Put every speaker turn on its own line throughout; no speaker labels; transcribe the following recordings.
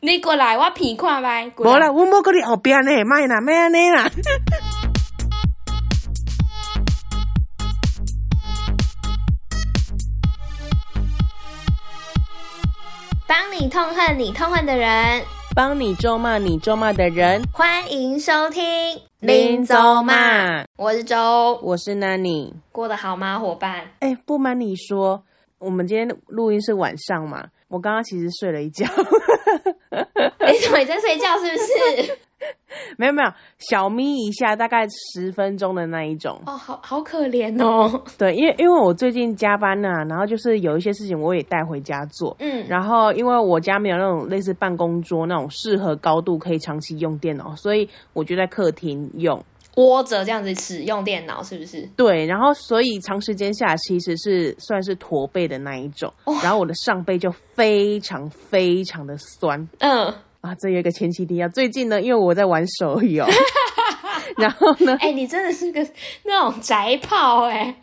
你过来，我鼻看麦。过
无
来
啦，阮某搁你后壁呢，莫啦，莫安尼啦。
帮你痛恨你痛恨的人，
帮你咒骂你咒骂的人，
欢迎收听
林州骂
我是周，
我是 Nanny。
过得好吗，伙 伴？
哎、不瞒你说，我们今天录音是晚上嘛，我刚刚其实睡了一觉，
你怎么也在睡觉？是不 是？
没有没有，小眯一下，大概十分钟的那一种。
哦，好好可怜哦。
对，因为因为我最近加班呐、然后就是有一些事情我也带回家做。
嗯，
然后，因为我家没有那种类似办公桌那种适合高度可以长期用电脑，所以我就在客厅用。
窝着这样子使用电脑，是不是？
对，然后所以长时间下来其实是算是驼背的那一种，然后我的上背就非常非常的酸
嗯，
啊。这有一个前期提要，最近呢，因为我在玩手游，然后呢，
哎、你真的是个 那种宅炮哎、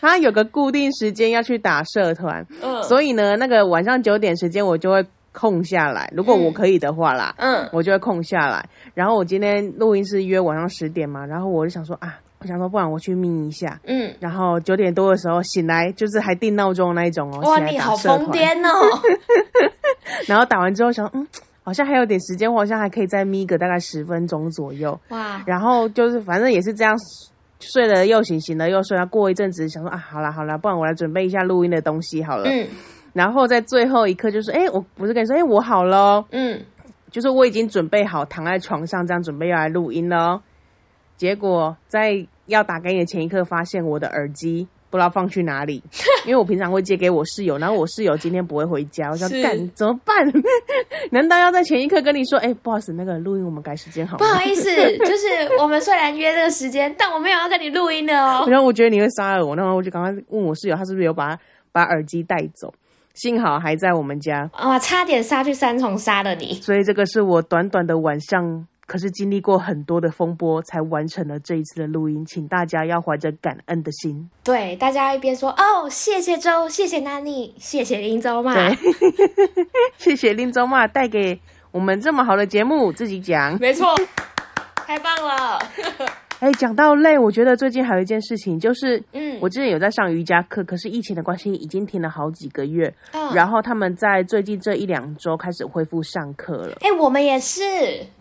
它有个固定时间要去打社团，
嗯，以
所以呢，那个晚上九点时间我就会空下来，如果我可以的话啦，
嗯，
我就会空下来。然后我今天录音是约晚上十点嘛，然后我就想说啊，我想说不然我去眯一下，
嗯，
然后九点多的时候醒来，就是还定闹钟那一种哦。
哇，
起来
你
打
好
社
疯
团。
癫 哦。
然后打完之后想，嗯，好像还有点时间，我好像还可以再眯个大概十分钟左右。
哇，
然后就是反正也是这样，睡了又醒，醒了又睡。然后过一阵子想说啊，好啦好啦，不然我来准备一下录音的东西好了。
嗯
然后在最后一刻就是，哎，我不是跟你说，哎，我好了哦，
嗯，
就是我已经准备好躺在床上这样准备要来录音了哦。结果在要打给你的前一刻，发现我的耳机不知道放去哪 里，因为我平常会借给我室友，然后我室友今天不会回家，我想
是
干怎么办？ 难道要在前一刻跟你说，哎、不好意思，那个录音我们改时间好
不
吗？
好意思，就是我们虽然约这个时间，但我没有要跟你录音的哦。
然后我觉得你会杀了我，然后我就赶快问我室友，他是不是有把把耳机带走？幸好还在我们家，
啊，差点杀去三重杀了你。
所以这个是我短短的晚上，可是经历过很多的风波，才完成了这一次的录音，请大家要怀着感恩的心。
对，大家一边说哦，谢谢周，谢谢娜妮，谢谢林周嘛。
对，谢谢林周嘛带给我们这么好的节目，自己讲。
没 错，太棒了。
哎，讲到累，我觉得最近还有一件事情，就是
嗯，
我之前有在上瑜伽课，可是疫情的关系已经停了好几个月，
嗯
然后他们在最近这一两周开始恢复上课了，
哎、我们也 是。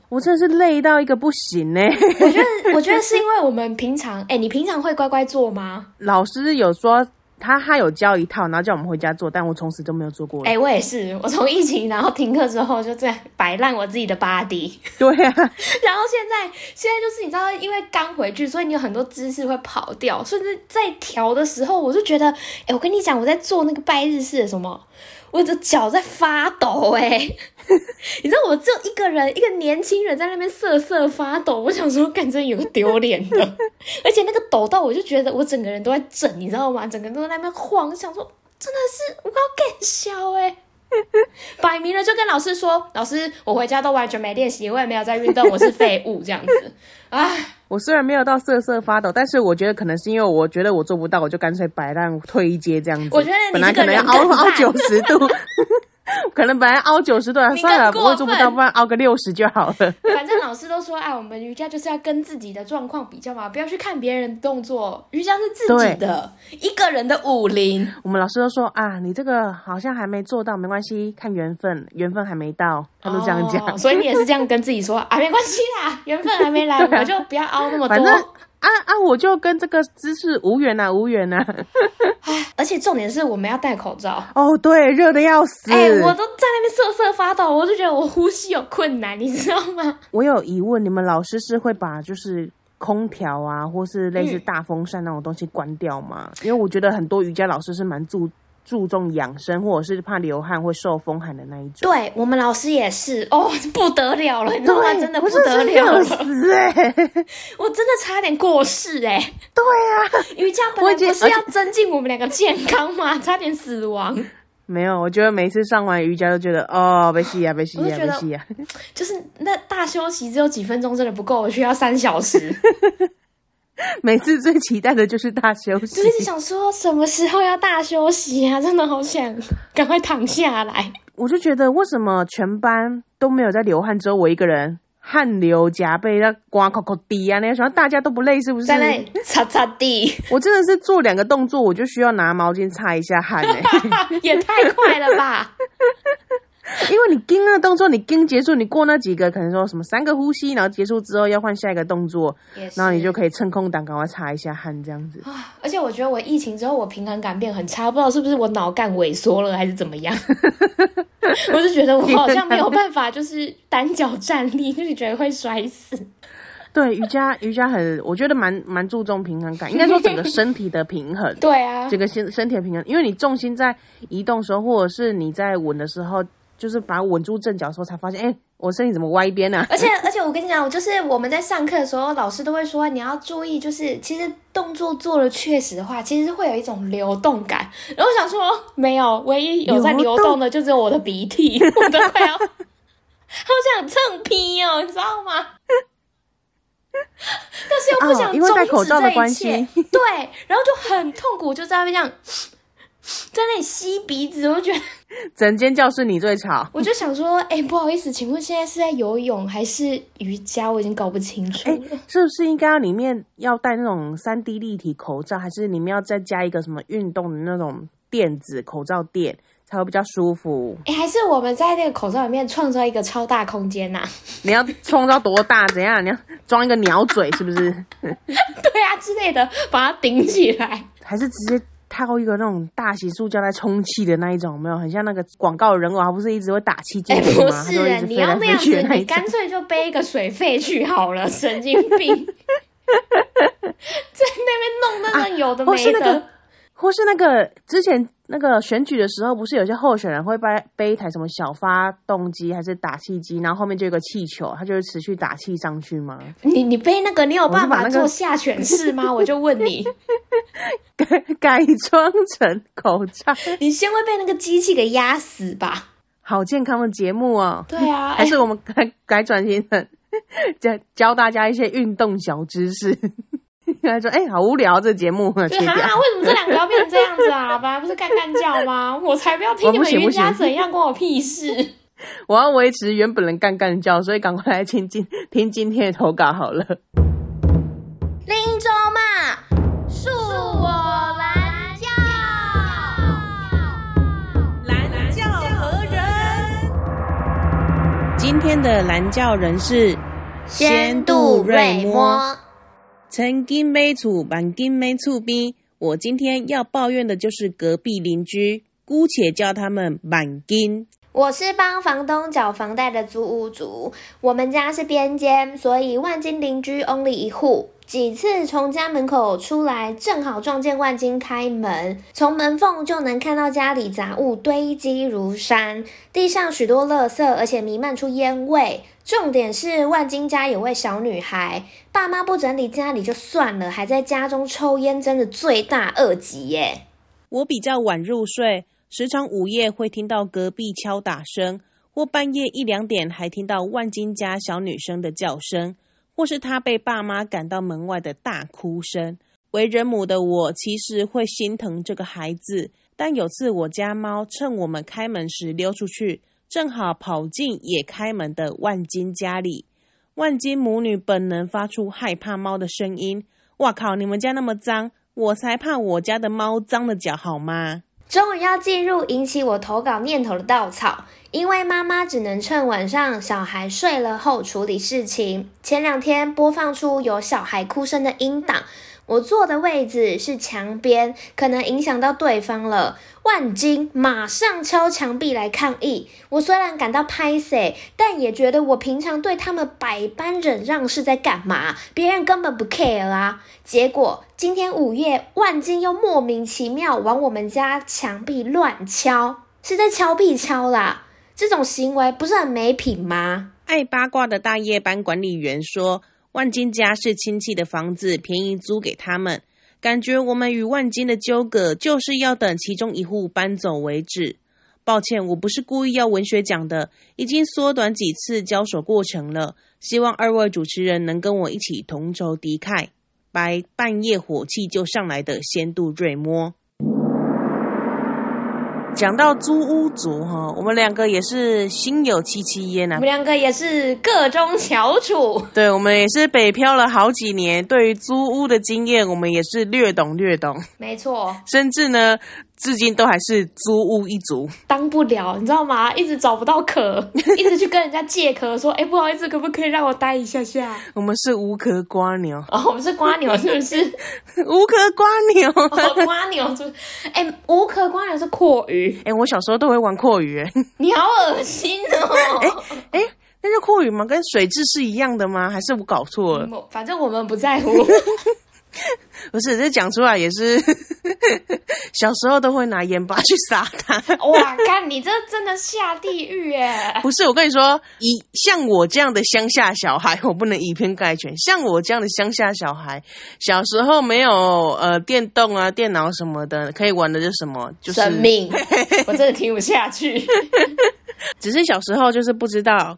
我真的是累到一个不行 呢、
我觉得，我觉得是因为我们平常，哎、你平常会乖乖做吗？
老师有说他他有教一套，然后叫我们回家做，但我从此都没有做过了。
哎、我也是。我从疫情然后停课之后，就在摆烂我自己的 body。
对啊，
然后现在现在就是你知道，因为刚回去，所以你有很多姿势会跑掉，甚至在调的时候，我就觉得，哎、我跟你讲，我在做那个拜日式的什么，我的脚在发抖、哎，你知道我只有一个人，一个年轻人在那边瑟瑟发抖，我想说，感真有个丢脸的，而且那个抖到我就觉得我整个人都在震，你知道吗？整个人都在那边晃，我想说，真的是我要更小哎、摆明了就跟老师说，老师，我回家都完全没练习，我也没有在运动，我是废物这样子。 唉，
我虽然没有到瑟瑟发抖，但是我觉得可能是因为我觉得我做不到，我就干脆摆烂退一阶这样子。
我觉得你
本来
这
可
个人
能要凹
更烂
凹九十度， 可能本来凹九十度，
你
算了，
更
不
过
会做不到，
分
不然凹个六十就好了。
反正老师都说，哎，我们瑜伽就是要跟自己的状况比较嘛，不要去看别人的动作，瑜伽是自己的一个人的武林。
我们老师都说啊，你这个好像还没做到，没关系，看缘分，缘分还没到，他都这样讲。
哦所以你也是这样跟自己说啊，没关系啦，缘分还没来，
对啊
我就不要凹那么
反正
多。
啊啊，我就跟这个姿势无缘呐、啊，无缘呐、啊。
唉，而且重点是我们要戴口罩。
哦，对，热的要死。
哎、我都在那边瑟瑟发抖，我就觉得我呼吸有困难，你知道吗？
我有疑问，你们老师是会把就是空调啊，或是类
嗯
似大风扇那种东西关掉吗？因为我觉得很多瑜伽老师是蛮注注重养生，或者是怕流汗会受风寒的那一种。
对我们老师也是哦， 不得了了，你知道吗？
对
真的
我
不
真
得
的是
了
热
了，
死哎、
我真的差点过世哎、
对啊，
瑜伽本
我
来
已经
不是要增进我们两个健康吗？ 差点死亡，
没有，我觉得每次上完瑜伽都觉得哦，被吸啊，被吸
我
啊，
就觉
被
得
吸啊。
就是那大休息只有几分钟，真的不够，我需要三小时。
每次最期待的就是大休息
就。一直想说什么时候要大休息啊？真的好想赶快躺下来。
我就觉得为什么全班都没有在流汗，只有我一个人汗流浃背，那刮口口滴啊，那样，然后大家都不累，是不是？
在那里擦擦 地，
我真的是做两个动作，我就需要拿毛巾擦一下汗、 欸，
也太快 了吧！
因为你盯那个动作，你盯结束，你过那几个可能说什么三个呼吸，然后结束之后要换下一个动作，
也是
然后你就可以趁空档赶快擦一下汗，这样子。
啊！而且我觉得我疫情之后，我平衡感变很差，不知道是不是我脑干萎缩了还是怎么样。 我就觉得我好像没有办法，就是单脚站立，就是觉得会摔死。。
对，瑜伽瑜伽很，我觉得蛮蛮注重平衡感，应该说整个身体的平衡
对啊，
整个身身体的平衡，因为你重心在移动的时候，或者是你在稳的时候，就是把稳住正脚的时候，才发现，哎、我身体怎么歪一边呢、啊？
而且而且我跟你讲，我就是我们在上课的时候，老师都会说你要注意，就是其实动作做了确实的话，其实会有一种流动感。然后我想说，没有，唯一有在流
流动
动的就只有我的鼻涕，我都快 要，好想蹭皮哦，你知道吗？但是又不想
哦因为戴口
终止
罩的
这一
关
切，
系
对，然后就很痛苦，就在那边这样，在那里吸鼻子，我就觉得
整间教室你最吵。
我就想说，哎、不好意思，请问现在是在游泳还是瑜伽？我已经搞不清楚
哎、
了。
是不是应该要里面要戴那种三 D 立体口罩，还是里面要再加一个什么运动的那种垫子口罩垫，才会比较舒服？
哎、还是我们在那个口罩里面创造一个超大空间呐、
你要冲到多大？怎样？你要装一个鸟嘴是不是？
对啊，之类的，把它顶起来。
还是直接套一个那种大型塑胶在充气的那一种？有没有，很像那个广告人偶，他不是一直会打气进
哎、
去
不
吗？它
是
就会一
啊，
直
你
飞
要
来
那
飞
样
去的
子，
那一
你
种。
干脆就背一个水费去好 了，神经病！在那边弄那种有的
或啊哦
没
是
的，
那个，或是那个之前那个选举的时候，不是有些候选人会背背一台什么小发动机还是打气机，然后后面就有一个气球，它就会持续打气上去吗？
你你背那个，你有
就把
办法
那个
做下犬式吗？我就 问你，
改 改装成口罩，
你先会被那个机器给压死吧？
好健康的节目哦！
对啊，
还是我们改改转型成教教大家一些运动小知识？ 他说：“哎、好无聊，这节目 切
对啊，
掉。
为什么这两个要变成这样子啊？本来不是干干叫吗？我才不要听你
哦哇不
们
行
瑜伽
不行
怎样，关我屁事！
我要维持原本人干干叫，所以赶快来听今听今天的投稿好了。”
林州嘛，恕我蓝教。
蓝教何人？
今天的蓝教人是
先度瑞摸，
曾经没处，满经没处边。我今天要抱怨的就是隔壁邻居，姑且叫他们满金。
我是帮房东缴房贷的租屋族，我们家是边间，所以万金邻居 only 一户。几次从家门口出来，正好撞见万金开门，从门缝就能看到家里杂物堆积如山，地上许多垃圾，而且弥漫出烟味。重点是万金家有位小女孩，爸妈不整理家里就算了，还在家中抽烟，真的罪大恶极耶！
我比较晚入睡，时常午夜会听到隔壁敲打声，或半夜一两点还听到万金家小女生的叫声，或是她被爸妈赶到门外的大哭声。为人母的我，其实会心疼这个孩子，但有次我家猫趁我们开门时溜出去，正好跑进也开门的万金家里。万金母女本能发出害怕猫的声音。哇靠！你们家那么脏，我才怕我家的猫脏了脚好吗？
终于要进入引起我投稿念头的稻草，因为妈妈只能趁晚上小孩睡了后处理事情。前两天播放出有小孩哭声的音档，我坐的位置是墙边，可能影响到对方了。万金马上敲墙壁来抗议。我虽然感到拍谁，但也觉得我平常对他们百般忍让是在干嘛？别人根本不 care 啊。结果今天午夜，万金又莫名其妙往我们家墙壁乱敲，是在敲壁敲啦。这种行为不是很没品吗？
爱八卦的大夜班管理员说，万金家是亲戚的房子，便宜租给他们。感觉我们与万金的纠葛就是要等其中一户搬走为止。抱歉，我不是故意要文学奖的，已经缩短几次交手过程了。希望二位主持人能跟我一起同仇敌忾。白半夜火气就上来的仙杜瑞摸。讲到租屋族哈，我们两个也是心有戚戚焉啊
我
呐、
们两个也是各中翘楚，
对，我们也是北漂了好几年，对于租屋的经验，我们也是略懂略懂，
没错，
甚至呢，至今都还是租屋一族。
当不了，你知道吗？一直找不 到壳，一直去跟人家借壳，说，哎、不好意思，可不可以让我待一 下下？
我们是无壳瓜牛，
哦，我们是瓜牛，是不是？
无壳瓜牛。
哦，瓜牛是不是，哎、无壳瓜牛是阔鱼，
哎、我小时候都会玩阔鱼、欸，
你好恶心哦！
哎、 那叫阔鱼吗？跟水蛭是一样的吗？还是我搞错了？
嗯我反正我们不在乎，
不是，这讲出来也是 小时候都会拿盐巴去撒它。
哇，看你这真的下地狱耶！
不是，我跟你说，以像我这样的乡下小孩， 我不能以偏概全。像我这样的乡下小孩，小时候没有呃电动啊、电脑什么的，可以玩的就是什么，就是
生命， 我真的 听不下去。
只是小时候就是不知道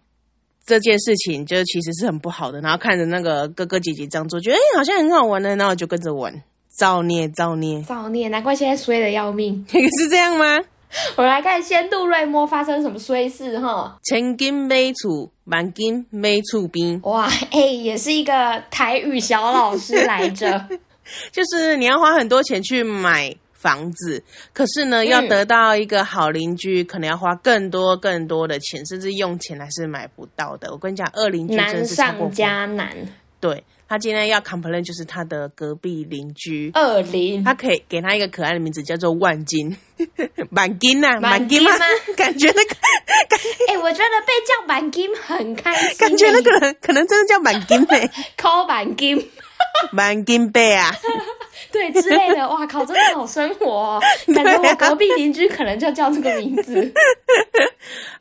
这件事情，就是其实是很不好的。然后看着那个哥哥姐姐这样做，觉得哎、诶好像很好玩呢，然后我就跟着玩，造孽造孽，
造孽，难怪现在衰的要命。
是这样吗？
我们来看仙杜瑞摸发生什么衰事哈？
千金买厝，万金买厝边，
哇，哎、也是一个台语小老师 来着。
就是你要花很多钱去买房子，可是呢，
嗯
要得到一个好邻居，可能要花更多更多的钱，甚至用钱还是买不到的。我跟你讲，二邻居真
难
的是超过
上加难，
对他今天要 complain 就是他的隔壁邻居，
二 零
他可以给他一个可爱的名字，叫做万金， 满金呐、啊，
满
满金吗
金吗？
感觉那个
哎、我觉得被叫板金很开心耶，
感觉那个人可能真的叫满金呗、
抠板金，
满金贝啊，
对之类 的，哇靠，真的好生活、 哦，感
对
觉我
啊
隔壁邻居可能就叫这个名字。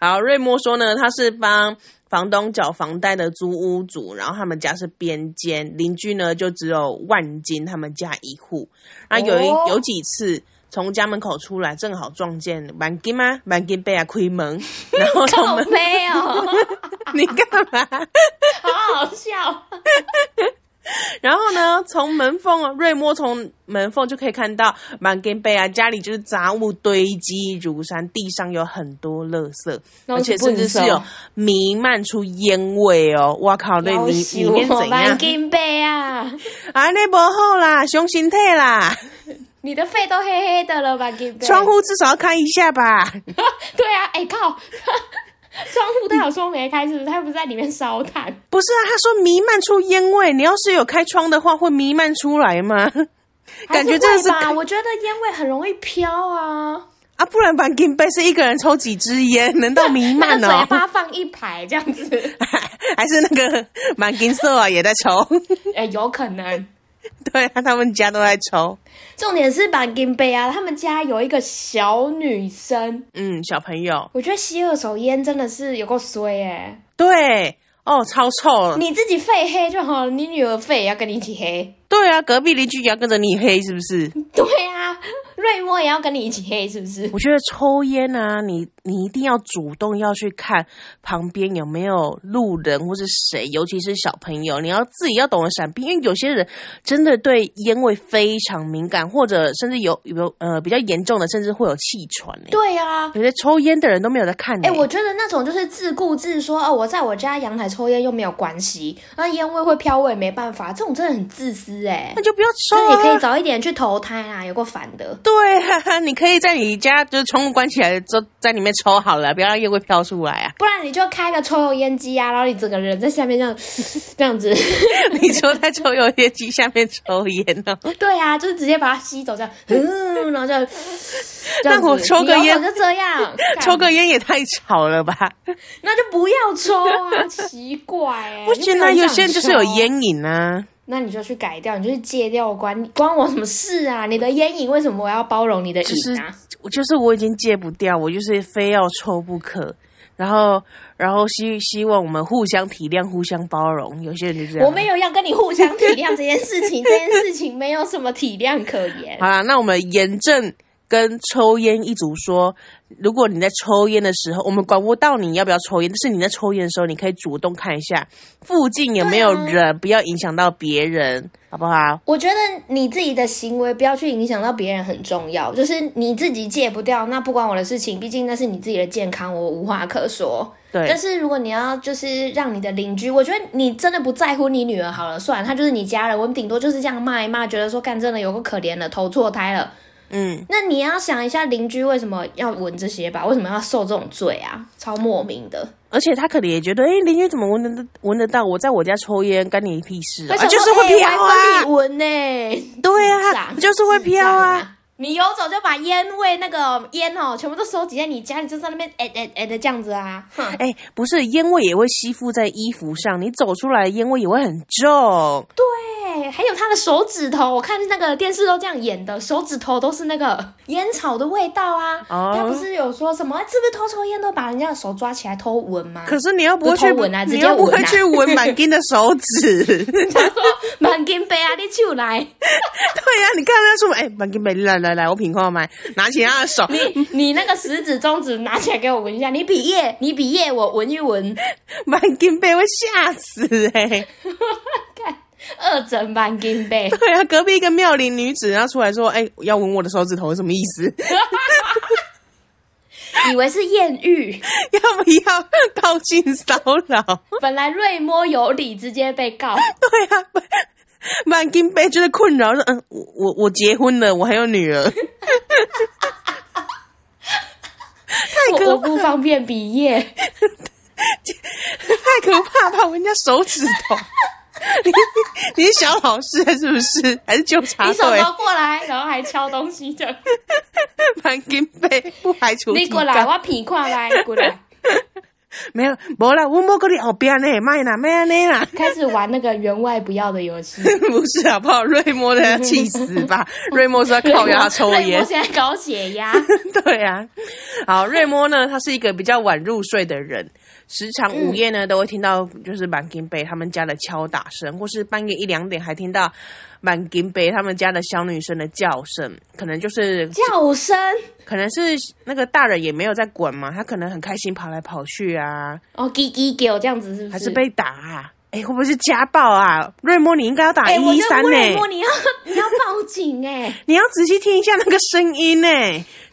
好，瑞莫说呢，他是帮房东缴房贷的租屋主，然后他们家是边间，邻居呢就只有万金他们家一户。那有一、
哦
有几次从家门口出来，正好撞见万金吗？万金被啊开门，然后从
好
门
没有， 好
你干嘛？
好笑。
然后呢，从门缝啊，瑞莫从门缝就可以看到满根贝啊，家里就是杂物堆积如山，地上有很多垃圾，
那我
而且
就不
甚至
能
是
收
有弥漫出烟味哦！哇靠，那
要
里里面
修
怎样
万？金杯啊，
啊，那不好啦，伤身体 啦，
你的肺都黑黑的了，万金杯。
窗户至少要开一下 吧。
对啊，哎、靠， 窗户他有说没开是不是？他又不是在里面烧炭。
不是啊，他说弥漫出烟味，你要是有开窗的话，会弥漫出来吗？感觉真的是
还会吧，我觉得烟味很容易飘啊，
啊，不然板金贝是一个人抽几支 烟，能到弥
那
漫
个
哦。
嘴巴放一排这样 子，
还是那个 满金色啊也在抽，
呃，有可能。
对啊，他们家都在抽。
重点是把金杯啊，他们家有一个小女生，
嗯，小朋友，
我觉得吸二手烟真的是有够衰哎、
对哦，超臭了。
你自己肺黑就好了，你女儿肺也要跟你一起黑。
对啊，隔壁邻居也要跟着你黑，是不是？
对啊，瑞莫也要跟你一起黑，是不是？
我觉得抽烟啊，你你一定要主动要去看旁边有没有路人或是谁，尤其是小朋友，你要自己要懂得闪避，因为有些人真的对烟味非常敏感，或者甚至有有呃比较严重的，甚至会有气喘、欸。
对啊，
有些抽烟的人都没有在看、欸。
哎、我觉得那种就是自顾自说哦，我在我家阳台抽烟又没有关系，那烟味会飘，我也没办法，这种真的很自私哎、
那就不要抽、啊。
那也可以早一点去投胎啦，有够烦的。
对啊，你可以在你家就是窗户关起来之后，在里面抽好了，不要让烟味飘出来 啊！
不然你就开个抽油烟机啊，然后你整个人在下面这样 这样子，
你说在抽油烟机下面抽烟 哦，
对啊，就是直接把它吸走这样，嗯，然后就这样
那我
子
抽个
你有
烟
种就这 样，
抽个烟也太吵了吧？
那就不要抽啊，奇怪哎、
不行啊，
就不要这样
有些人就是有
抽
烟瘾啊。
那你就去改掉，你就去戒掉，关关我什么事啊？你的烟瘾为什么我要包容你的瘾
就是
啊？
我就是我已经戒不掉，我就是非要抽不可。然后，然后希希望我们互相体谅、互相包容。有些人就这样。
我没有要跟你互相体谅这件事情，这件事情没有什么体谅可言。
好啦，那我们严正跟抽烟一族说，如果你在抽烟的时候，我们管不到你要不要抽烟，但是你在抽烟的时候，你可以主动看一下附近有没有
对啊
人，不要影响到别人，好不好？
我觉得你自己的行为不要去影响到别人很重要，就是你自己戒不掉，那不关我的事情，毕竟那是你自己的健康，我无话可说。但
对，
是如果你要就是让你的邻居，我觉得你真的不在乎你女儿好了，算了，她就是你家人，我们顶多就是这样骂一骂，觉得说干真的有个可怜了，投错胎了。
嗯，
那你要想一下邻居为什么要闻这些吧，为什么要受这种罪啊？超莫名的。
而且他可能也觉得，哎、邻居怎么闻得闻得到？我在我家抽烟，干你屁事啊！
而
啊
且
就是会飘
欸、
啊，
闻呢、
对
智
啊，
障
就是会
智
飘
障
啊。！
你有种就把烟味那个烟哦，全部都收集在你家，你就在那边哎哎哎的这样子啊！哼，
哎、不是，烟味也会吸附在衣服上，你走出来的烟味也会很重。
对，还有他的手指头，我看那个电视都这样演的，手指头都是那个烟草的味道啊。
哦
他不是有说什么哎是不是偷抽烟都把人家的手抓起来偷闻吗？
可是你又不会
不偷
去
闻啊直
你
接
又不
闻
会
啊
去闻满金的手指。 对
他说满金杯啊，你就来，
呀、你看他说，哎、满金杯，来来来，我品控买，拿起他的手，
你你那个食指中指拿起来给我闻一下，你比耶，你比耶，我闻一闻，
满金杯会吓死哎、
看二整满金杯。
对呀、隔壁一个妙龄女子，然后出来说，哎、要闻我的手指头，什么意思？
以为是艳遇，
要不要高性骚扰？
本来瑞摸有理，直接被告。
对呀、啊，满金杯觉得困扰，说，嗯，我我我结婚了，我还有女儿。 太
我
可
我不方便比 耶，
太可怕，把人家手指头。 你你是小老师是不是？还是纠察
你手
队？
招过来，然后还敲东西 的。
满金杯不排除
你
提
过来，
高
我鼻看来，过来，
没有，没啦，我摸过你后边呢，卖啦，卖呢啦，
开始玩那个员外不要的游 戏。
不是好不好？瑞摸的要气死 吧？瑞摸说靠牙抽
瑞
烟
波，哎现在高血压，
对啊。好，瑞摸呢，他是一个比较晚入睡的人，时常午夜呢、都会听到就是满金杯他们家的敲打声，或是半夜一两点还听到满金杯他们家的小女生的叫声，可能就是
叫声
可能是那个大人也没有在管嘛，他可能很开心跑来跑去啊，
哦，叽叽叫这样子是不
还
是
是？被打、啊？哎、会不会是家暴啊？瑞摸，你应该要打
哎、
一
我
一
觉
三
得瑞波
呢，
你 要你要报警哎、
你要仔细听一下那个声音呢、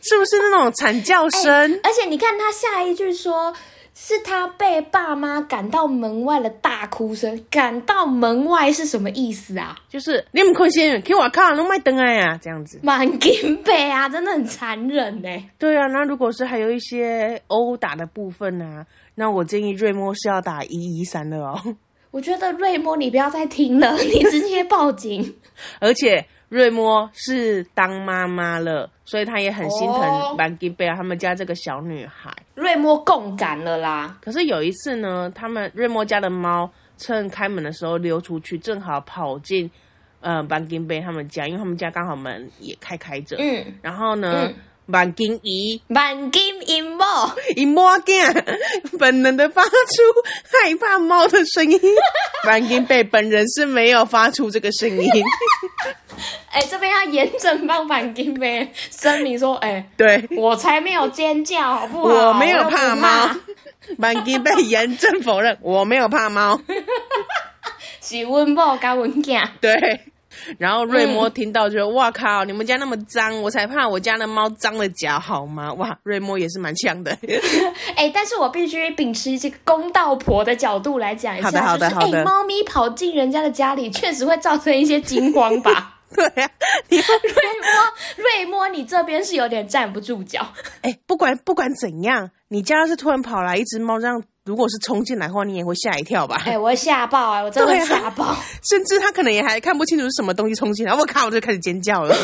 是不是那种惨叫声？
而且你看他下一句说，是他被爸妈赶到门外的大哭声，赶到门外是什么意思啊？
就是你们困先，给我靠，弄麦灯哎呀，这样子。
满金杯啊，真的很残忍欸呢、
对啊，那如果是还有一些殴打的部分啊，那我建议瑞摸是要打一一三的哦。
我觉得瑞摸你不要再听了，你直接报警。
而且瑞摸是当妈妈了，所以她也很心
哦
疼兰吉贝尔他们家这个小女孩。
瑞摸共感了啦，
可是有一次呢，他们瑞摸家的猫趁开门的时候溜出去，正好跑进呃班金贝他们家，因为他们家刚好门也开开着。
嗯，
然后呢
嗯，
班金怡
满金银幕，
一摸见，本能的发出害怕猫的声音。 班金贝本人是没有发出这个声音，
哎、这边要严正帮满金杯声明说，哎、
对。
我才没有尖叫，好不好？
我没有
又不
怕
怕
猫，满金被严正否认，我没有怕猫。
是温报跟温囝。
对，然后瑞摸听到觉得哇靠，你们家那么脏，我才怕我家的猫脏了脚好吗？哇，瑞摸也是蛮呛的。
哎、但是我必须秉持这个公道婆的角度来讲一下，
好的好的
就是
好的
哎猫、咪跑进人家的家里，确实会造成一些惊慌吧。
对啊，你
瑞摸，瑞摸，你这边是有点站不住脚。
哎、不管不管怎样，你家要是突然跑来一只猫，这样如果是冲进来的话，你也会吓一跳吧？
哎、我会吓爆哎、我真的会吓爆。
甚至它可能也还看不清楚是什么东西冲进来，我靠，我就开始尖叫 了。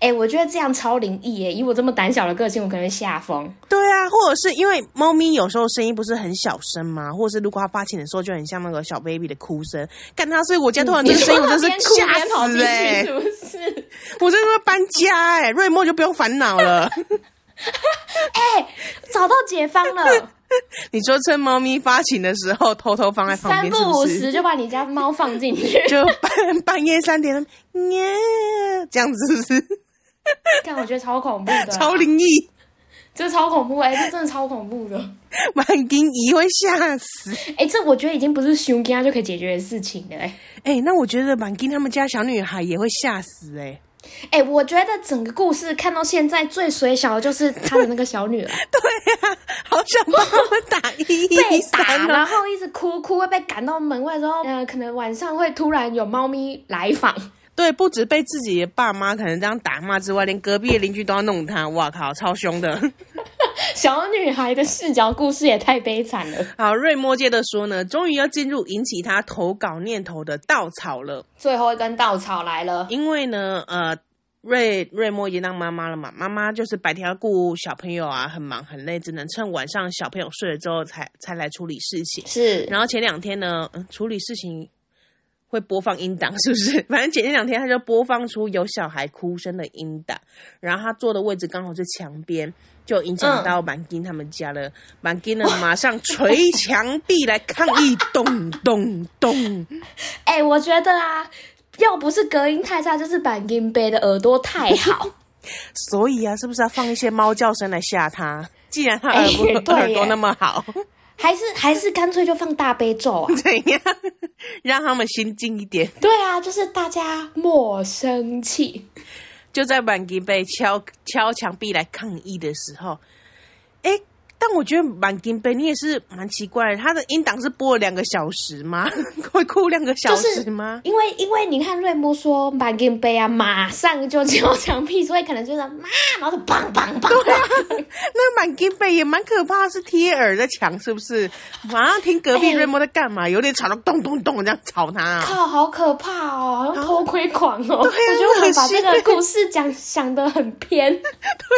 哎、我觉得这样超灵异哎，以我这么胆小的个性，我可能会吓疯。
对啊，或者是因为猫咪有时候声音不是很小声嘛，或者是如果它发情的时候就很像那个小 baby 的哭声。干它，所以我家突然这
嗯你
个声
说
音，我
它
真是
边哭
吓
边跑进
死哎、
去是不是？
我真的要搬家欸哎、瑞莫就不用烦恼了。
哎、找到解方了。
你说趁猫咪发情的时候偷偷放在旁
三
边，
不
是
五
不是？，
时就把你家猫放进去
就半半夜三点，耶，这样子是不是？
看我觉得超恐怖的啊，
超灵异，
这超恐怖哎、这真的超恐怖的。
满金姨会吓死。
哎、这我觉得已经不是凶家就可以解决的事情了、欸。
哎、那我觉得满金他们家小女孩也会吓死哎、
哎、我觉得整个故事看到现在最水小的就是他的那个 小女儿
对啊， 好想帮他们打一
被
一
打，
三
然
哦。
后一直哭哭，会被赶到门外之后，呃，可能晚上会突然有猫咪来访，
对，不止被自己的爸妈可能这样打骂之外，连隔壁的邻居都要弄他。哇靠，超凶的。
小女孩的视角故事也太悲惨了。
好，瑞莫接着说呢，终于要进入引起他投稿念头的稻草了。
最后一根稻草来了，
因为呢，呃，瑞瑞莫已经当妈妈了嘛，妈妈就是白天要顾小朋友啊，很忙很累，只能趁晚上小朋友睡了之后才才来处理事情。
是
然后前两天呢，嗯、处理事情会播放音档，是不是？ 反正前两天他就播放出有小孩哭声的音档，然后他坐的位置刚好是墙边，就影
嗯
响到满金他们家了。满金呢，马上捶墙壁来抗议，咚咚咚。
哎、我觉得啊，要不是隔音太差，就是板金杯的耳朵太好。
所以啊，是不是要放一些猫叫声来吓他？既然他耳朵、
哎对耶
耳朵那么好，
还是还是干脆就放大悲咒啊！
怎样 让他们心静一点？
对啊，就是大家莫生气。
就在满吉被敲敲墙壁来抗议的时候，哎、但我觉得满吉贝你也是蛮奇怪的，他的音档是播了两个小时吗？ 会哭两个小
就是
时吗？
因为因为你看瑞波说满金杯啊，马上就敲墙壁，所以可能就是妈，然后就梆梆梆
啊
梆。
那满吉贝也蛮可怕，是贴耳在墙，是不是？马上听隔壁
哎
瑞莫在干嘛，有点吵到咚咚咚这样吵他、 啊。
靠，好可怕哦，好像偷窥狂哦！我
对啊
觉得我们把
很恶
这
心
个故事讲想的很偏。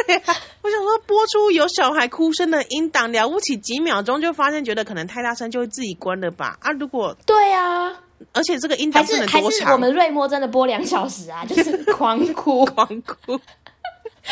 对啊，我想说播出有小孩哭声的音档，了不起几秒钟就发现，觉得可能太大声就会自己关了吧？啊，如果
对啊，
而且这个音
还
档不
是
能
还
多
是
长，
我们瑞波真的播两小时啊，就是 狂哭。
狂哭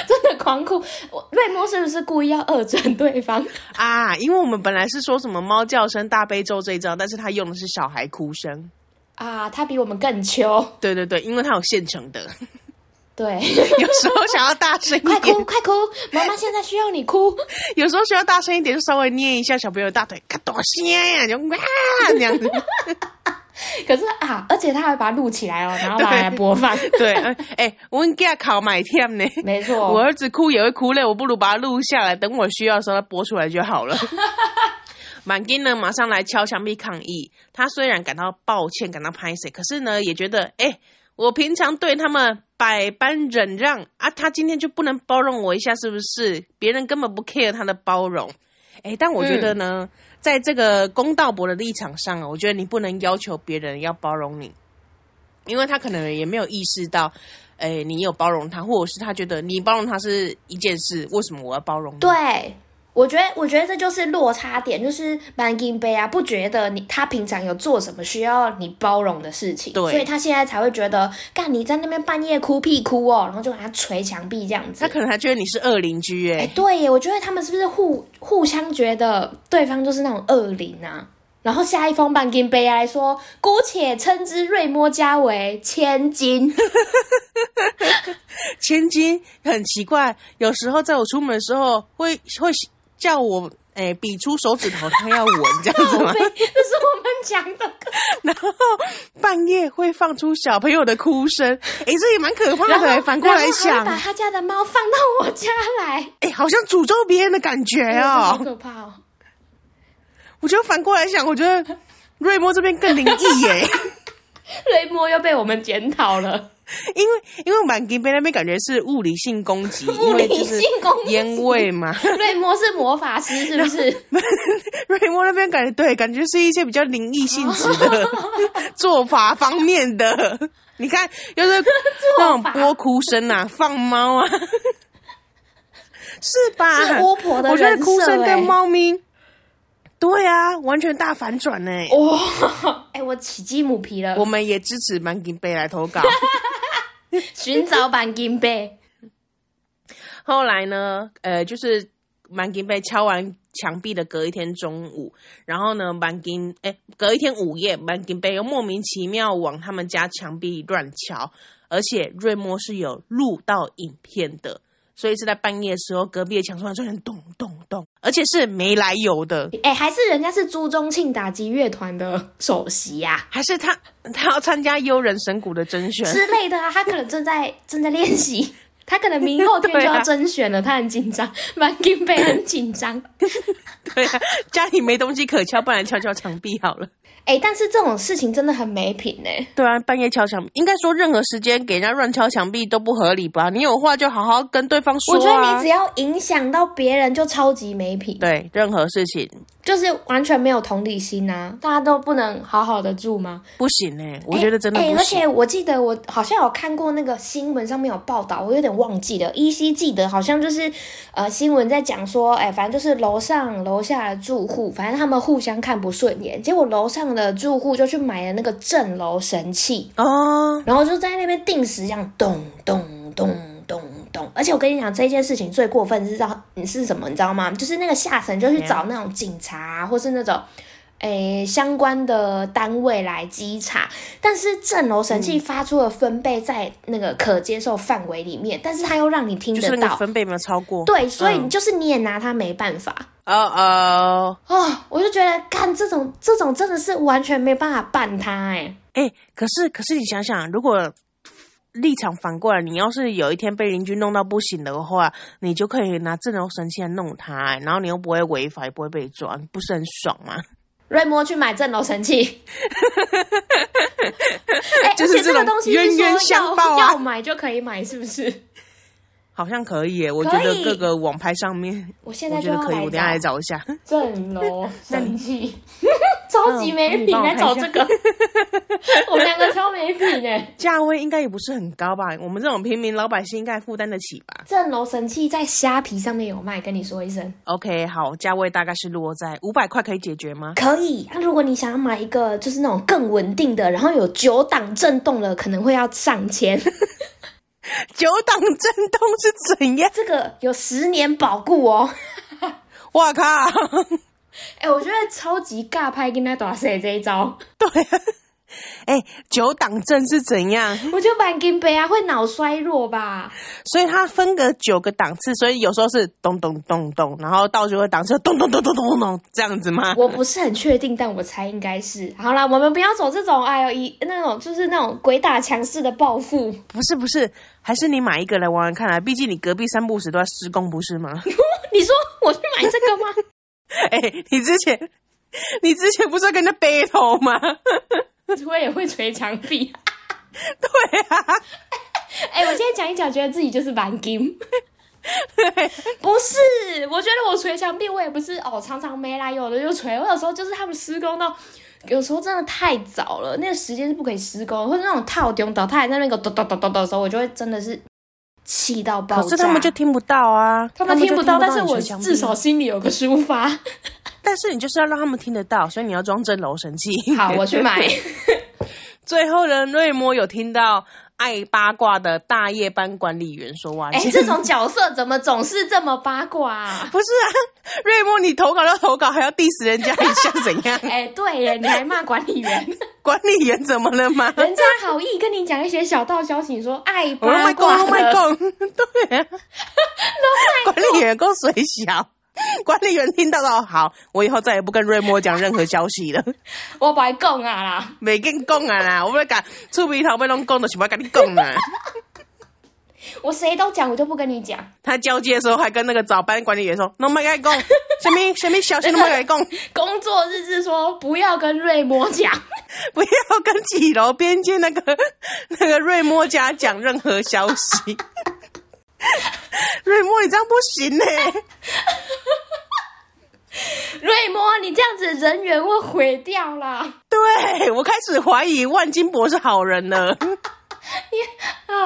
真的狂哭！我瑞莫是不是故意要恶整对方？
啊！因为我们本来是说什么猫叫声、大悲咒这一招，但是他用的是小孩哭声。
啊，他比我们更秋。
对对对，因为他有现成的，
对，
有时候想要大声
快
一
哭
点，
快哭！妈妈现在需要你哭。
有时候想要大声一点，就稍微捏一下小朋友的大腿，咔咚声呀，就哇这样子。
可是啊，而且他还把它录起来哦， 然后拿来
对
播放。
对，哎、哎，我们家考买天呢。
没错，
我儿子哭也会哭累，我不如把它录下来，等我需要的时候它播出来就好 了。满金呢，马上来敲墙壁抗议。他虽然感到抱歉，感到拍谁，可是呢，也觉得，哎、我平常对他们百般忍让啊，他今天就不能包容我一下，是不是？别人根本不 care 他的包容。 哎、但我觉得呢，在这个公道伯的立场上啊，我觉得你不能要求别人要包容你，因为他可能也没有意识到，哎、你有包容他，或者是他觉得你包容他是一件事，为什么我要包容你？
对。我觉得，我觉得这就是落差点，就是班金杯啊，不觉得你他平常有做什么需要你包容的事情，
对
所以他现在才会觉得，干你在那边半夜哭屁哭哦，然后就给他捶墙壁这样子。
他可能还觉得你是恶邻居、
哎、
哎、
对耶，我觉得他们是不是互互相觉得对方就是那种恶灵啊？然后下一封半斤杯来说，姑且称之瑞莫家为 千金，哎
千金很奇怪，有时候在我出门的时候会会叫我。哎、比出手指头，他要闻这样子吗
这？是我们讲 的。
然后半夜会放出小朋友的哭声，哎、这也蛮可怕
然
的、
后
哎反过来
然后还会
想，
把他家的猫放到我家来，
哎、好像诅咒别人的感觉
哎
哦、
好 可怕哦！
我觉得反过来想，我觉得瑞莫这边更灵异耶、
瑞莫又被我们检讨了，
因为因为满金杯那边感觉是物理性攻 击，
物
因为
理
就是
性攻击。
烟味嘛。
瑞莫是魔法师是不 是？
瑞莫那边感觉对，感觉是一些比较灵异性质的 做法方面的。你看，就是那种播哭声啊，放猫啊，是吧？
是巫婆的
我觉得
人
哭
设
声
欸
跟猫咪，对啊，完全大反转呢、
哇、哎、我起鸡母皮了
我，们也支持满金杯来投稿。
寻找板金杯。
后来呢，呃，就是满金被敲完墙壁的隔一天中午，然后呢，班金哎，隔一天午夜，班金贝又莫名其妙往他们家墙壁乱敲，而且瑞莫是有录到影片的，所以是在半夜的时候，隔壁的墙突然出现咚咚咚，而且是没来由的，
哎、还是人家是朱宗庆打击乐团的首席呀、
还是他他要参加幽人神谷的甄选，
之类的啊，他可能正在正在 练习，他可能明后天就
对
要
啊
甄选了，他很紧张，满金贝很紧张。
对 啊，家里没东西可敲，不然敲敲墙壁好了。
哎、但是这种事情真的很没品哎、
对啊，半夜敲墙，应该说任何时间给人家乱敲墙壁都不合理吧？你有话就好好跟对方说、啊。
我觉得你只要影响到别人，就超级没品，
对任何事情
就是完全没有同理心啊！大家都不能好好的住吗？
不行哎、我觉得真的
哎、
不
而
行。
且我记得我好像有看过那个新闻上面有报道，我有点忘记了，依稀记得好像就是呃新闻在讲说，哎、反正就是楼上楼下的住户，反正他们互相看不顺眼，结果楼上的住户就去买了那个震楼神器，
哦，
然后就在那边定时这样咚咚咚。咚咚，而且我跟你讲，这件事情最过分是让你是什么，你知道吗？就是那个下层就去找那种警察啊、或是那种诶相关的单位来稽查，但是震楼神器发出的分贝在那个可接受范围里面，但是它又让你听
就是
得
那个
到，
分贝没有超过。
对，所以你
嗯
就是你也拿它没办法。
哦哦，
哦，我就觉得干这种这种真的是完全没办法办它哎、
哎、可是可是你想想，如果立场反过来，你要是有一天被邻居弄到不行的话，你就可以拿震动神器来弄他、哎然后你又不会违法，也不会被抓，你不是很爽吗？
瑞摩去买震楼 神器，哎、
就是
而且
这
这个
种
东西是
冤
说
冤
要、
相报啊
要买就可以买，是不 是？
好像可以耶、我觉
可
得
以
各个网拍上面，
我现在
我
就
觉得
要
可以，我等一下
来
来
找
找一下。
震楼神器，超级没
嗯
品，
帮我
来找
看
这
一
个， 我们两个超没品哎、
价位应该也不是很高吧？我们这种平民老百姓应该负担得起吧
震楼神器在虾皮上面有卖，跟你说一声。
？OK，好，价位大概是落在五百块，可以解决吗？
可以，那、如果你想要买一个就是那种更稳定的，然后有九档震动的，可能会要上千。
九档震动是怎样？
这个有十年保固哦。
哇靠！
哎、我觉得超级尬拍跟他打谁这一招，
哎、九档震是怎样？
我就蛮金杯啊，会脑衰弱吧？
所以它分个九个档次，所以有时候是咚咚咚咚，然后到九个档次咚咚咚咚咚咚咚这样子吗？
我不是很确定，但我猜应该是。好啦，我们不要走这种哎呦一那种就是那种鬼打墙式的报复。
不是不是，还是你买一个来玩玩看啊！毕竟你隔壁三不五时都在施工，不是吗？
你说我去买这个吗？
哎、你之前你之前不是要跟人家 battle 吗？
我也会捶墙 壁。
对啊。
哎、我现在讲一讲，觉得自己就是蛮金。不是，我觉得我捶墙壁，我也不是哦，常常没来由的就捶。我有时候就是他们施工到，有时候真的太早了，那个时间是不可以施工，或者那种套丢倒，他还在那个抖抖抖抖抖的时候，我就会真的是气到爆炸。
可是他们就听不到啊，
他们听
就
不到，但是
你
我
捶墙壁
至少，心里有个抒发。
但是你就是要让他们听得到，所以你要装震楼神器。
好，我去 买。
最后呢，瑞摩有听到爱八卦的大夜班管理员说话，
哎、这种角色怎么总是这么八卦、啊？
不是啊， 瑞摩你投稿就投稿，还要 diss 人家一下怎样？
哎、对耶，你还骂管理员。
管理员怎么了吗？
人家好意跟你讲一些小道消息，你说爱
我 h
八
my god，Oh
卦
my
的，
god，对啊，管理员够水小，管理员听到了，好，我以后再也不跟瑞摩讲任何消息了。
我白讲啊啦。
没跟你讲啊啦，我要讲厝边头尾拢讲，就是要跟你讲啊 啦。
我谁都讲，我就不跟你讲。
他交接的时候还跟那个早班管理员说：“拢麦该 讲，什么什么消息拢麦该讲，
工作日志说不要跟瑞摩 讲，
不要跟几楼边界那个 那个瑞莫家讲任何消息。” 瑞莫，你这样不行欸呢、
瑞摩你这样子人缘会毁掉啦。
对我开始怀疑万金博是好人 了。
啊、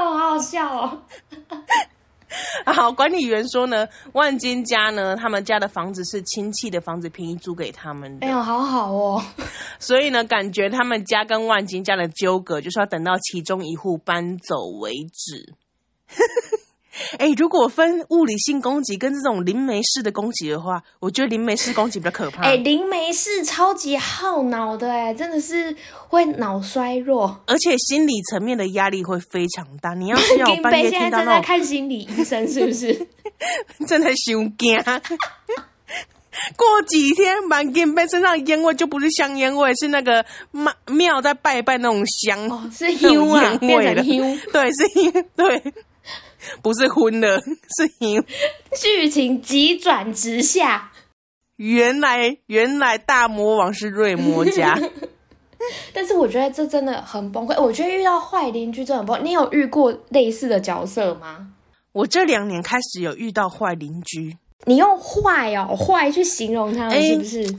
好好笑哦。
好，管理员说呢，万金家呢，他们家的房子是亲戚的房子，便宜租给他们的
哎。呦，好好哦。
所以呢，感觉他们家跟万 金家的纠葛，就是要等到其中一户搬走为止。哎、如果分物理性攻击跟这种灵媒式的攻击的话，我觉得灵媒式攻击比较可 怕。
哎、灵媒是超级耗脑的、哎，真的是会脑衰弱。
而且心理层面的压力会非常大。你要 是要我
林
半
北
夜
现在
听到
正在
那种
看心理医生，是不是？
真的熊惊。 过几天，满金杯身上的烟味就不是香烟味，是那个庙庙在拜拜那种香，
哦，是 U
那
啊，
种烟
变
味了
成 U。
对，是烟，对，不是荤的，是烟。
剧情急转直下，
原来原来大魔王是瑞魔家，
但是我觉得这真的很崩溃。我觉得遇到坏邻居真的很崩溃。你有遇过类似的角色吗？
我这两年开始有遇到坏邻居，
你用坏哦，坏去形容他们
哎
是不是？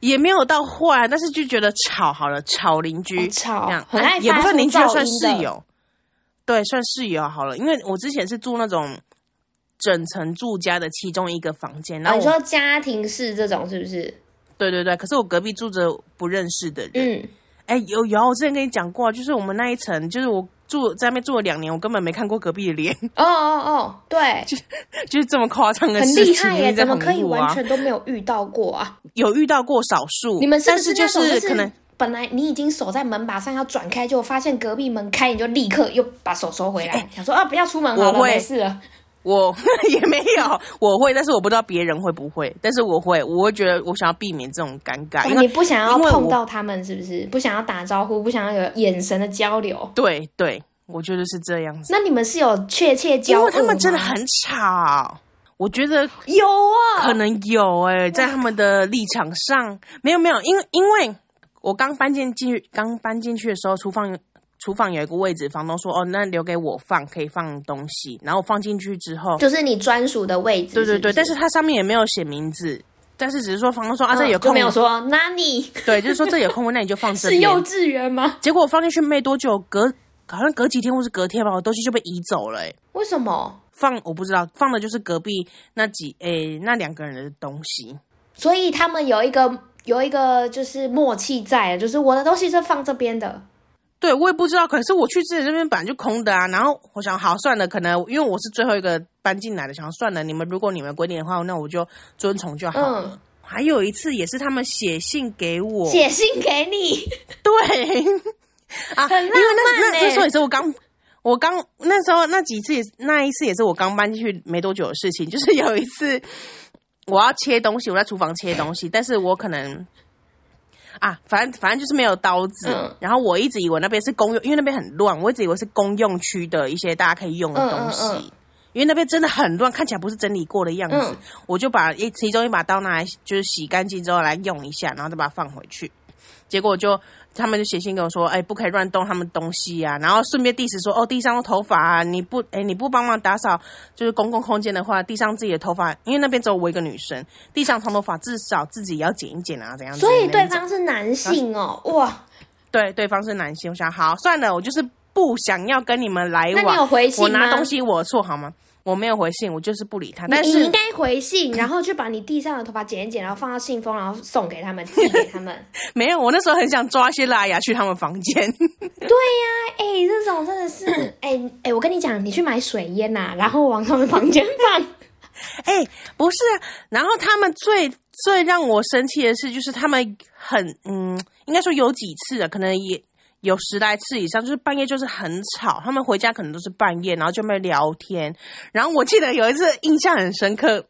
也没有到坏，但是就觉得吵好了，吵邻居，
哦吵
这样啊
很爱
也不
发
算
出
邻居，
噪
算
音
室
的
友，对，算室友好了。因为我之前是住那种整层住家的其中一个房间，然
哦
后
你
我、
说家庭式这种是不是？
对对对，可是我隔壁住着不认识的人，
嗯，
哎、有有啊，我之前跟你讲过，就是我们那一层，就是我住在那边住了两年，我根本没看过隔壁的脸，
哦哦哦，对，
就是这么夸张的
很
事
厉
情，因
害耶，
为在
怎么
澎
可以
湖啊
完全都没有遇到过啊？
有遇到过少数，
你们是
但
不
是
那种
是
是
可能。
本来你已经守在门把上要转开，就发现隔壁门开，你就立刻又把手收回来，想说啊不要出门好了，
哎我会啊
没事了。
我 也没有，我会，但是我不知道别人会不会，但是我会，我会觉得我想要避免这种尴尬，因
哦、你
为
不想要
因为
碰
我
到他们，是不是？不想要打招呼，不想要有眼神的交流。
对对，我觉得是这样子，
那你们是有确切交
因
恶
为他们真的
吗
很吵，我觉得
有啊，
可能有哎、在他们的立场上，没有没有，因为因为我刚搬进进去，刚搬进去的时候，厨房厨房有一个位置，房东说哦，那留给我放，可以放东西，然后我放进去之后，
就是你专属的位置。
对对对，
不
但是它上面也没有写名字。但是只是说，房东说啊，
嗯
这有
就
空
没有说那你
对，就是说这有空 位，那你就放这
是
边。
幼稚园 吗？
结果我放进去没多久，隔好像隔几天或是隔天吧，我东西就被移走了、欸。
为什么？
放我不知道，放的就是隔壁那几诶、那两个人的东西。
所以他们有一个有一个就是默契在，啊就是我的东西是放这边
啊
的。
对我也不知道，可是我去之前这边本来就空的啊。然后我想，好算了，可能因为我是最后一个搬进来的，想算了，你们如果你们规定的话，那我就遵从就好了。
嗯
还有一次也是他们写信给我，
写信给你，
对啊，
很
因为那
浪漫
那那时候
欸
也是我刚。我刚那时候那几次也是那一次也是我刚搬进去没多久的事情， 就是有一次我要切东西，我在厨房切东西，但是我可能啊，反正反正就是没有刀子，
嗯
然后我一直以为那边是公用，因为那边很乱，我一直以为是公用区的一些大家可以用的
嗯
东西，
嗯嗯
因为那边真的很乱，看起来不是整理过的样子，
嗯
我就把一其中一把刀拿来就是洗干净之后来用一下，然后再把它放回去。结果就他们就写信跟我说，哎、不可以乱动他们东西啊，然后顺便 diss 说，哦，地上的头发啊，你不，哎、你不帮忙打扫就是公共空间的话，地上自己的头发，因为那边只有我一个女生，地上长头发至少自己也要剪一剪啊，怎样之
所
类
以
的那
对
种？
方是男性哦，哇！
对对方是男性，我想好算了，我就是不想要跟你们来
那
往。
你有回信
我
吗
拿东西我的错好吗？我没有回信，我就是不理他。
你
但
你
是
应该 回信，然后去把你地上的头发剪一剪，然后放到信封，然后送给他们，寄给 他们。
没有，我那时候很想抓些拉雅去他们房间。
哎、这种真的是，哎、哎、我跟你讲，你去买水烟呐、然后往他们房间放。
哎、不是啊。然后他们最最让我生气的是，就是他们很嗯，应该说有几次啊，可能也有十来次以上，就是半夜就是很吵，他们回家可能都是半夜，然后就没聊天。然后我记得有一次印象很深刻。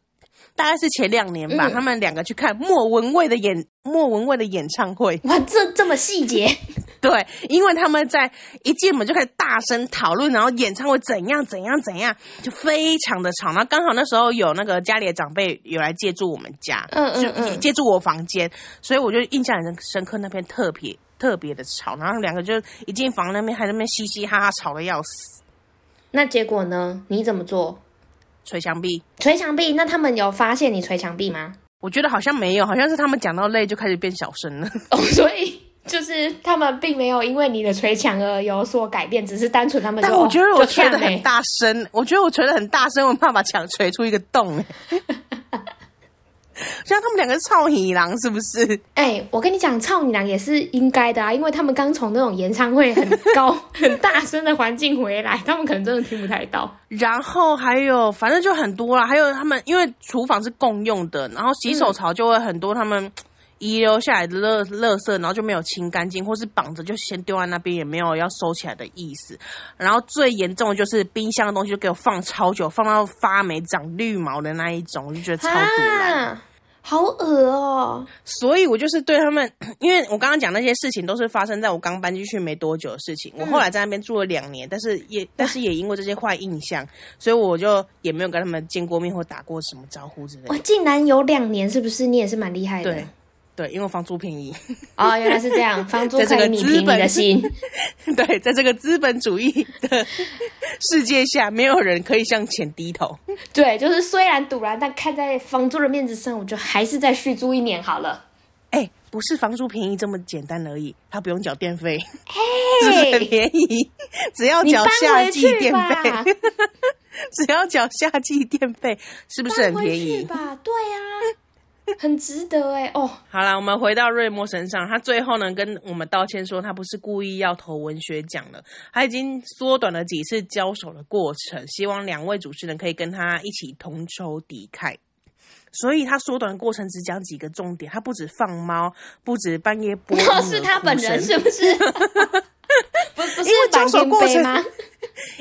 大概是前两年吧，
嗯
他们两个去看莫文蔚的演莫文蔚的演唱会，
哇，这这么细节，
对，因为他们在一进门就开始大声讨论，然后演唱会怎样怎样怎样，就非常的吵。然后刚好那时候有那个家里的长辈有来借住我们家，
嗯嗯
就
嗯
借住我房间，所以我就印象很深刻，那边特别特别的吵。然后两个就一进房那边还在那边嘻嘻哈哈吵的要死，
那结果呢？你怎么做？
捶墙壁。
捶墙壁？那他们有发现你捶墙壁吗？
我觉得好像没有，好像是他们讲到累就开始变小声了。
哦，所以就是他们并没有因为你的捶墙而有所改变，只是单纯他们就。
但我觉得
哦
我
就
捶的
呛欸
很大 声，我觉得我捶的很大声，我怕把墙捶出一个洞、欸。像他们两个臭你狼是不是？
哎、我跟你讲，操你娘也是应该的啊，因为他们刚从那种演唱会 很高、很大声的环境回来，他们可能真的听不太到。
然后还有，反正就很多啦。还有他们，因为厨房是共用的，然后洗手槽就会很多他们遗留下来的垃垃圾，然后就没有清干净，或是绑着就先丢在那边，也没有要收起来的意思。然后最严重的就是冰箱的东西就给我放超久，放到发霉、长绿毛的那一种，我就觉得超堵然。
啊，好恶哦、
所以我就是对他们， 因为我刚刚讲那些事情都是发生在我刚搬进去没多久的事情。我后来在那边住了两年，但是也但是也因为这些坏印象，所以我就也没有跟他们见过面或打过什么招呼之类
哇，
的。
竟然有两年，是不是？你也是蛮厉哦害的。
对，对，因为我房租便宜，
哦，原来是这样， 房租
在这
可
个
以弥
资
平你
本
的心。
对，在这个资本主义的 世界下，没有人可以向钱低头。
对，就是虽然堵然，但看在房租的面子上，我就还是再续租一年好了。
哎，不是房租便宜这么简单而已，他不用缴电费，是不是很
嘿，
便宜？只要
哎你
缴
搬
夏
回
季
去
电
吧，
费。 只要缴夏季电费，是不是
搬
很
回
便
去
宜？
吧，对啊，很值得哎、 哦，
好啦，我们回到瑞莫身上，他最后呢跟我们道歉说，他不是故意要投文学奖了，他已经缩短了几次交手的过程，希望两位主持人可以跟他一起同仇敌忾。所以他缩短的过程只讲几个重点，他不止放猫，不止半夜播婴儿哭
那
声，
是他本人是不 是？不不是
因为交
满
手
天
过
杯
程
吗？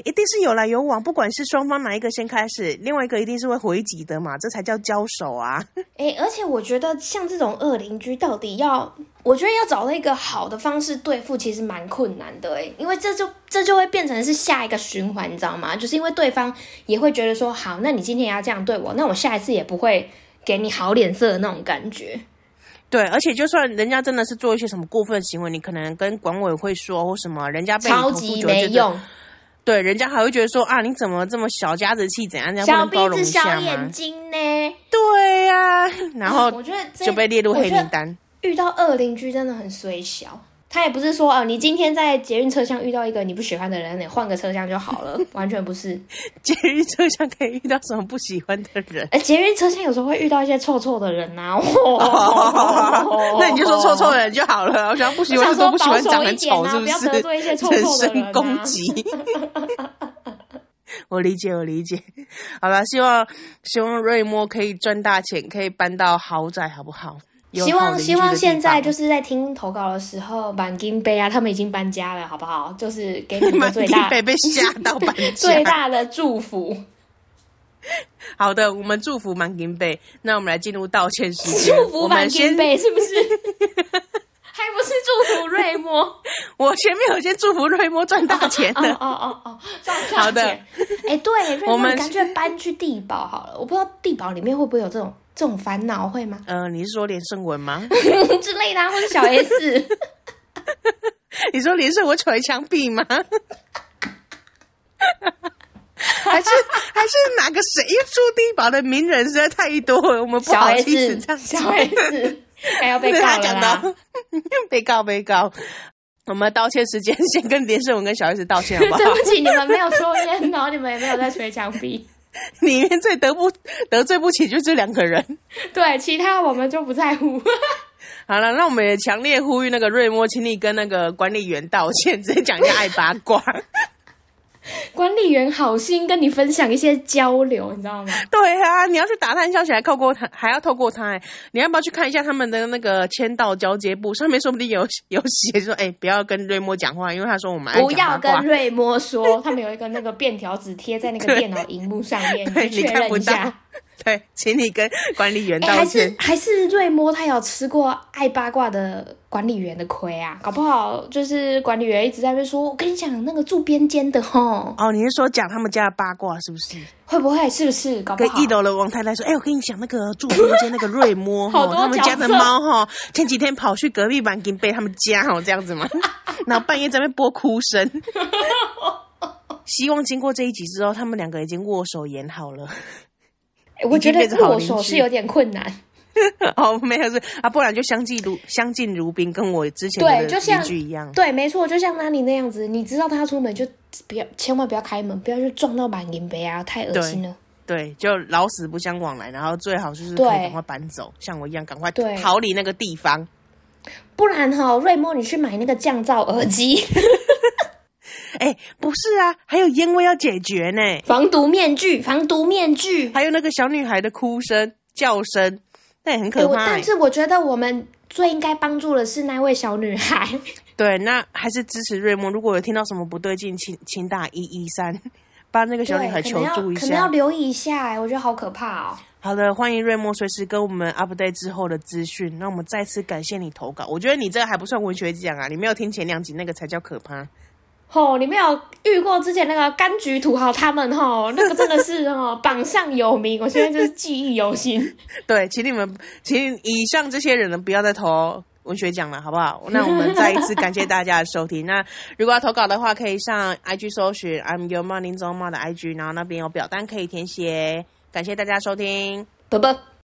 一定是有来有往，不管是双方哪一个先开始，另外一个一定是会回击的嘛，这才叫交手啊。
哎、而且我觉得像这种恶邻居，到底要，我觉得要找到一个好的方式对付，其实蛮困难的哎、因为这就这就会变成是下一个循环，你知道吗？就是因为对方也会觉得说，好，那你今天也要这样对我，那我下一次也不会给你好脸色的那种感觉。
对，而且就算人家真的是做一些什么过分的行为，你可能跟管委会说或什么，人家被你
超
投
级
诉
没。
就会觉得
用，
对，人家还会觉得说啊，你怎么这么小家子气，怎样怎样，
小
不能
鼻
包容
子
一
小
下
眼
吗？
睛呢？
对呀、然后
我觉得这
就被列入黑名。单。
我觉得遇到恶邻居真的很衰小，他也不是说哦，你今天在捷运车厢遇到一个你不喜欢的人，你换个车厢就好 了，完全不是。
监狱车厢可以遇到什么不喜欢的人？
呃，捷运车厢有时候会遇到一些臭臭的人啊呐、
哦
哦，
那你就说臭臭的人就好了。我想不喜欢
我
就
想说
说不喜欢长得
保
丑，
守
是
一点啊
是？
不要得罪一 些臭臭的人啊
人身攻击。 我理解，我理解。好了，希望希望瑞莫可以赚大钱，可以搬到豪宅，好不好？有
希
好
望
邻居
希望
的地
现在
方
就是在听投稿的时候，满金杯啊，他们已经搬家了，好不好？ 就是给你们
满
最
地
大
被被吓到搬
最
家。
大的祝福。
好的，我们祝福满金贝。那我们来进入道歉时间。
祝福
我
满
们
金
先，
杯是不是？ 还不是祝福瑞莫？
我前面有先祝福瑞莫赚大钱
哦
的。
哦哦哦，这样
好的
了解。哎、对，瑞
我
莫，
们
你干脆搬去地堡好了。我不知道地堡里面会不会有这种这种烦恼，会吗？
呃，你是说连胜文吗？
之类的、啊，或者小 S。
你说连胜文捶墙壁吗？ 还是还是哪个谁？因为住地堡的名人实在太多了，我们不
小
好意思
S，
这样
小 S，该 要被
被 他
告了
讲
啦。
到被告被告。我们道歉时间先跟连胜文跟小 S 道歉好不好？
对不起，你们没有抽烟，然后你们也没有在捶墙壁。
里面最得不得罪不起就这两个人。
对，其他我们就不在乎。
好了，那我们也强烈呼吁那个瑞莫，请你跟那个管理员道歉，直接讲一下爱八卦。
管理员好心跟你分享一些交流，你知道吗？
对啊，你要去打探消息，还透过他，还要透过他、欸。你要不要去看一下他们的那个签到交接簿？上面说不定有有写说，哎、不要跟瑞莫讲话，因为他说我们爱
不要
讲八
跟
卦。
瑞摸说， 他们有一个那个便条纸贴在那个
对
电脑荧幕上面，
对
你
你
去确
看
认
不
一下
到。对，请你跟管理员
哎、
道
还是
歉。
还是瑞摸他有吃过爱八卦的管理员的亏啊，搞不好就是管理员一直在那边说，我跟你讲那个住边间的吼，
哦，你是说讲他们家的八卦是不是？
会不会是不是？搞不
跟
好
一楼的王太太说，哎、我跟你讲，那个住中间那个瑞 摸哈，
好多
他们家的
角色
猫哈，前几天跑去隔壁板金贝他们家哦，这样子嘛，然后半夜在那边播哭声。 希望经过这一集之后，他们两个已经握手言好了。
欸我
已经
觉得
变成好
握
邻
手
居
是有点困难，
哦，没有是啊，不然就相敬如相敬如宾，跟我之前
对
的
就像
邻居一样。
对，没错，就像拉尼那样子，你知道他出门就不要，千万不要开门，不要去撞到满银杯啊，太恶
对
心了。
对，就老死不相往来，然后最好就是可
对
以赶快搬走，像我一样赶快
对
逃离那个地方。
不然哈、瑞莫，你去买那个降噪耳机、
嗯哎，不是啊，还有烟味要解决呢，
防毒面具、防毒面具。
还有那个小女孩的哭声、叫声，那也很
哎
可
我
怕、
但
欸。
是我觉得我们最应该帮助的是那位小女孩。
对，那还是支持瑞莫。如果有听到什么不对劲，请请打一一三，帮那个 小女孩
对
求助一
可能要可能要
下。
留意一下、哎，我觉得好可 怕哦。
好的，欢迎瑞莫随时跟我们 update 之后的资讯。那我们再次感谢你投稿，我觉得你这个还不算文学奖啊，你没有听前两集那个才叫可怕。
吼、你没有遇过之前那个柑橘土豪他们吼、那个真的 是哦榜上有名，我现在就是记忆犹新。
对，请你们，请以上这些人呢，不要再投文学奖了，好不好？那我们再一次感谢大家的收听。那如果要投稿的话，可以上 IG 搜寻 I'm Your 林周茂的 IG，然后那边有表单可以填写。感谢大家收听。
啵啵。